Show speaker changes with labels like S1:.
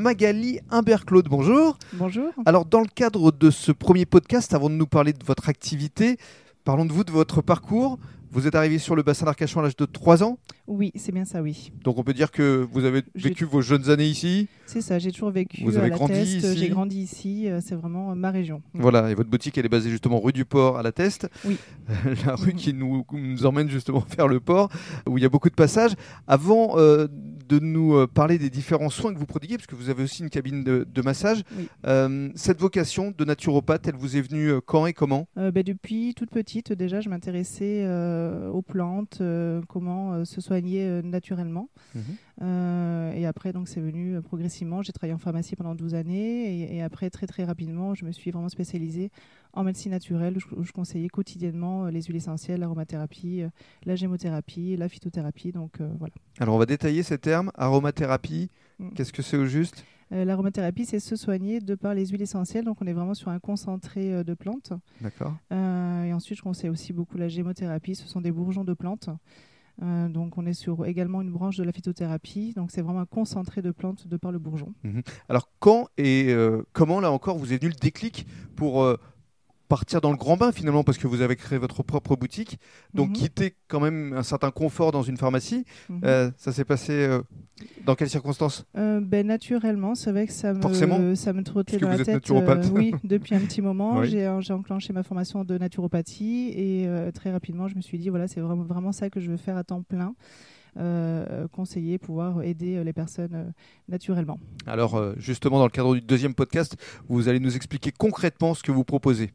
S1: Magali Imbert-Claude. Bonjour.
S2: Bonjour.
S1: Alors, dans le cadre de ce premier podcast, avant de nous parler de votre activité, parlons de vous, de votre parcours. Vous êtes arrivé sur le bassin d'Arcachon à l'âge de 3 ans,
S2: Oui, c'est bien ça, oui.
S1: donc on peut dire que vous avez
S2: J'ai-
S1: vécu vos jeunes années ici.
S2: C'est ça, j'ai toujours vécu
S1: Vous
S2: à
S1: avez
S2: la
S1: grandi
S2: Teste, euh,
S1: ici
S2: j'ai grandi ici, euh, c'est vraiment euh, ma région.
S1: Voilà, et votre boutique, elle est basée justement rue du Port à la Teste.
S2: Oui.
S1: la rue qui nous, nous emmène justement vers le port, où il y a beaucoup de passages. Avant euh, de nous euh, parler des différents soins que vous prodiguez, parce que vous avez aussi une cabine de, de massage,
S2: Oui.
S1: euh, cette vocation de naturopathe, elle vous est venue euh, quand et comment
S2: Euh, bah, depuis toute petite, déjà, je m'intéressais euh, aux plantes, euh, comment euh, se soigner euh, naturellement.
S1: Mhm.
S2: Euh, et après, donc, c'est venu euh, progressivement. J'ai travaillé en pharmacie pendant 12 années. Et, et après, très, très rapidement, je me suis vraiment spécialisée en médecine naturelle, où je, où je conseillais quotidiennement euh, les huiles essentielles, l'aromathérapie, euh, la gémothérapie, la phytothérapie. Donc, euh, voilà.
S1: Alors on va détailler ces termes, aromathérapie,
S2: Mm.
S1: qu'est-ce que c'est au juste
S2: Euh, L'aromathérapie, c'est se soigner de par les huiles essentielles. Donc, on est vraiment sur un concentré euh, de plantes.
S1: D'accord.
S2: Euh, et ensuite, je conseille aussi beaucoup la gémothérapie. Ce sont des bourgeons de plantes. Euh, donc, on est sur également une branche de la phytothérapie. Donc, c'est vraiment un concentré de plantes de par le bourgeon.
S1: Alors quand et euh, comment, là encore, vous est venu le déclic pour euh, partir dans le grand bain finalement, parce que vous avez créé votre propre boutique, donc
S2: Mhm.
S1: quitter quand même un certain confort dans une pharmacie,
S2: Mhm.
S1: Euh, ça s'est passé euh, dans quelles circonstances
S2: Euh, ben, naturellement, c'est vrai que ça me,
S1: Forcément.
S2: ça me trottait
S1: Puisque
S2: dans la
S1: vous êtes
S2: tête. euh,
S1: naturopathe.
S2: oui, depuis un petit moment,
S1: Oui.
S2: j'ai j'ai enclenché ma formation de naturopathie et euh, très rapidement, je me suis dit voilà, c'est vraiment, vraiment ça que je veux faire à temps plein. euh, conseiller, pouvoir aider euh, les personnes euh, naturellement.
S1: Alors euh, justement, dans le cadre du deuxième podcast, vous allez nous expliquer concrètement ce que vous proposez.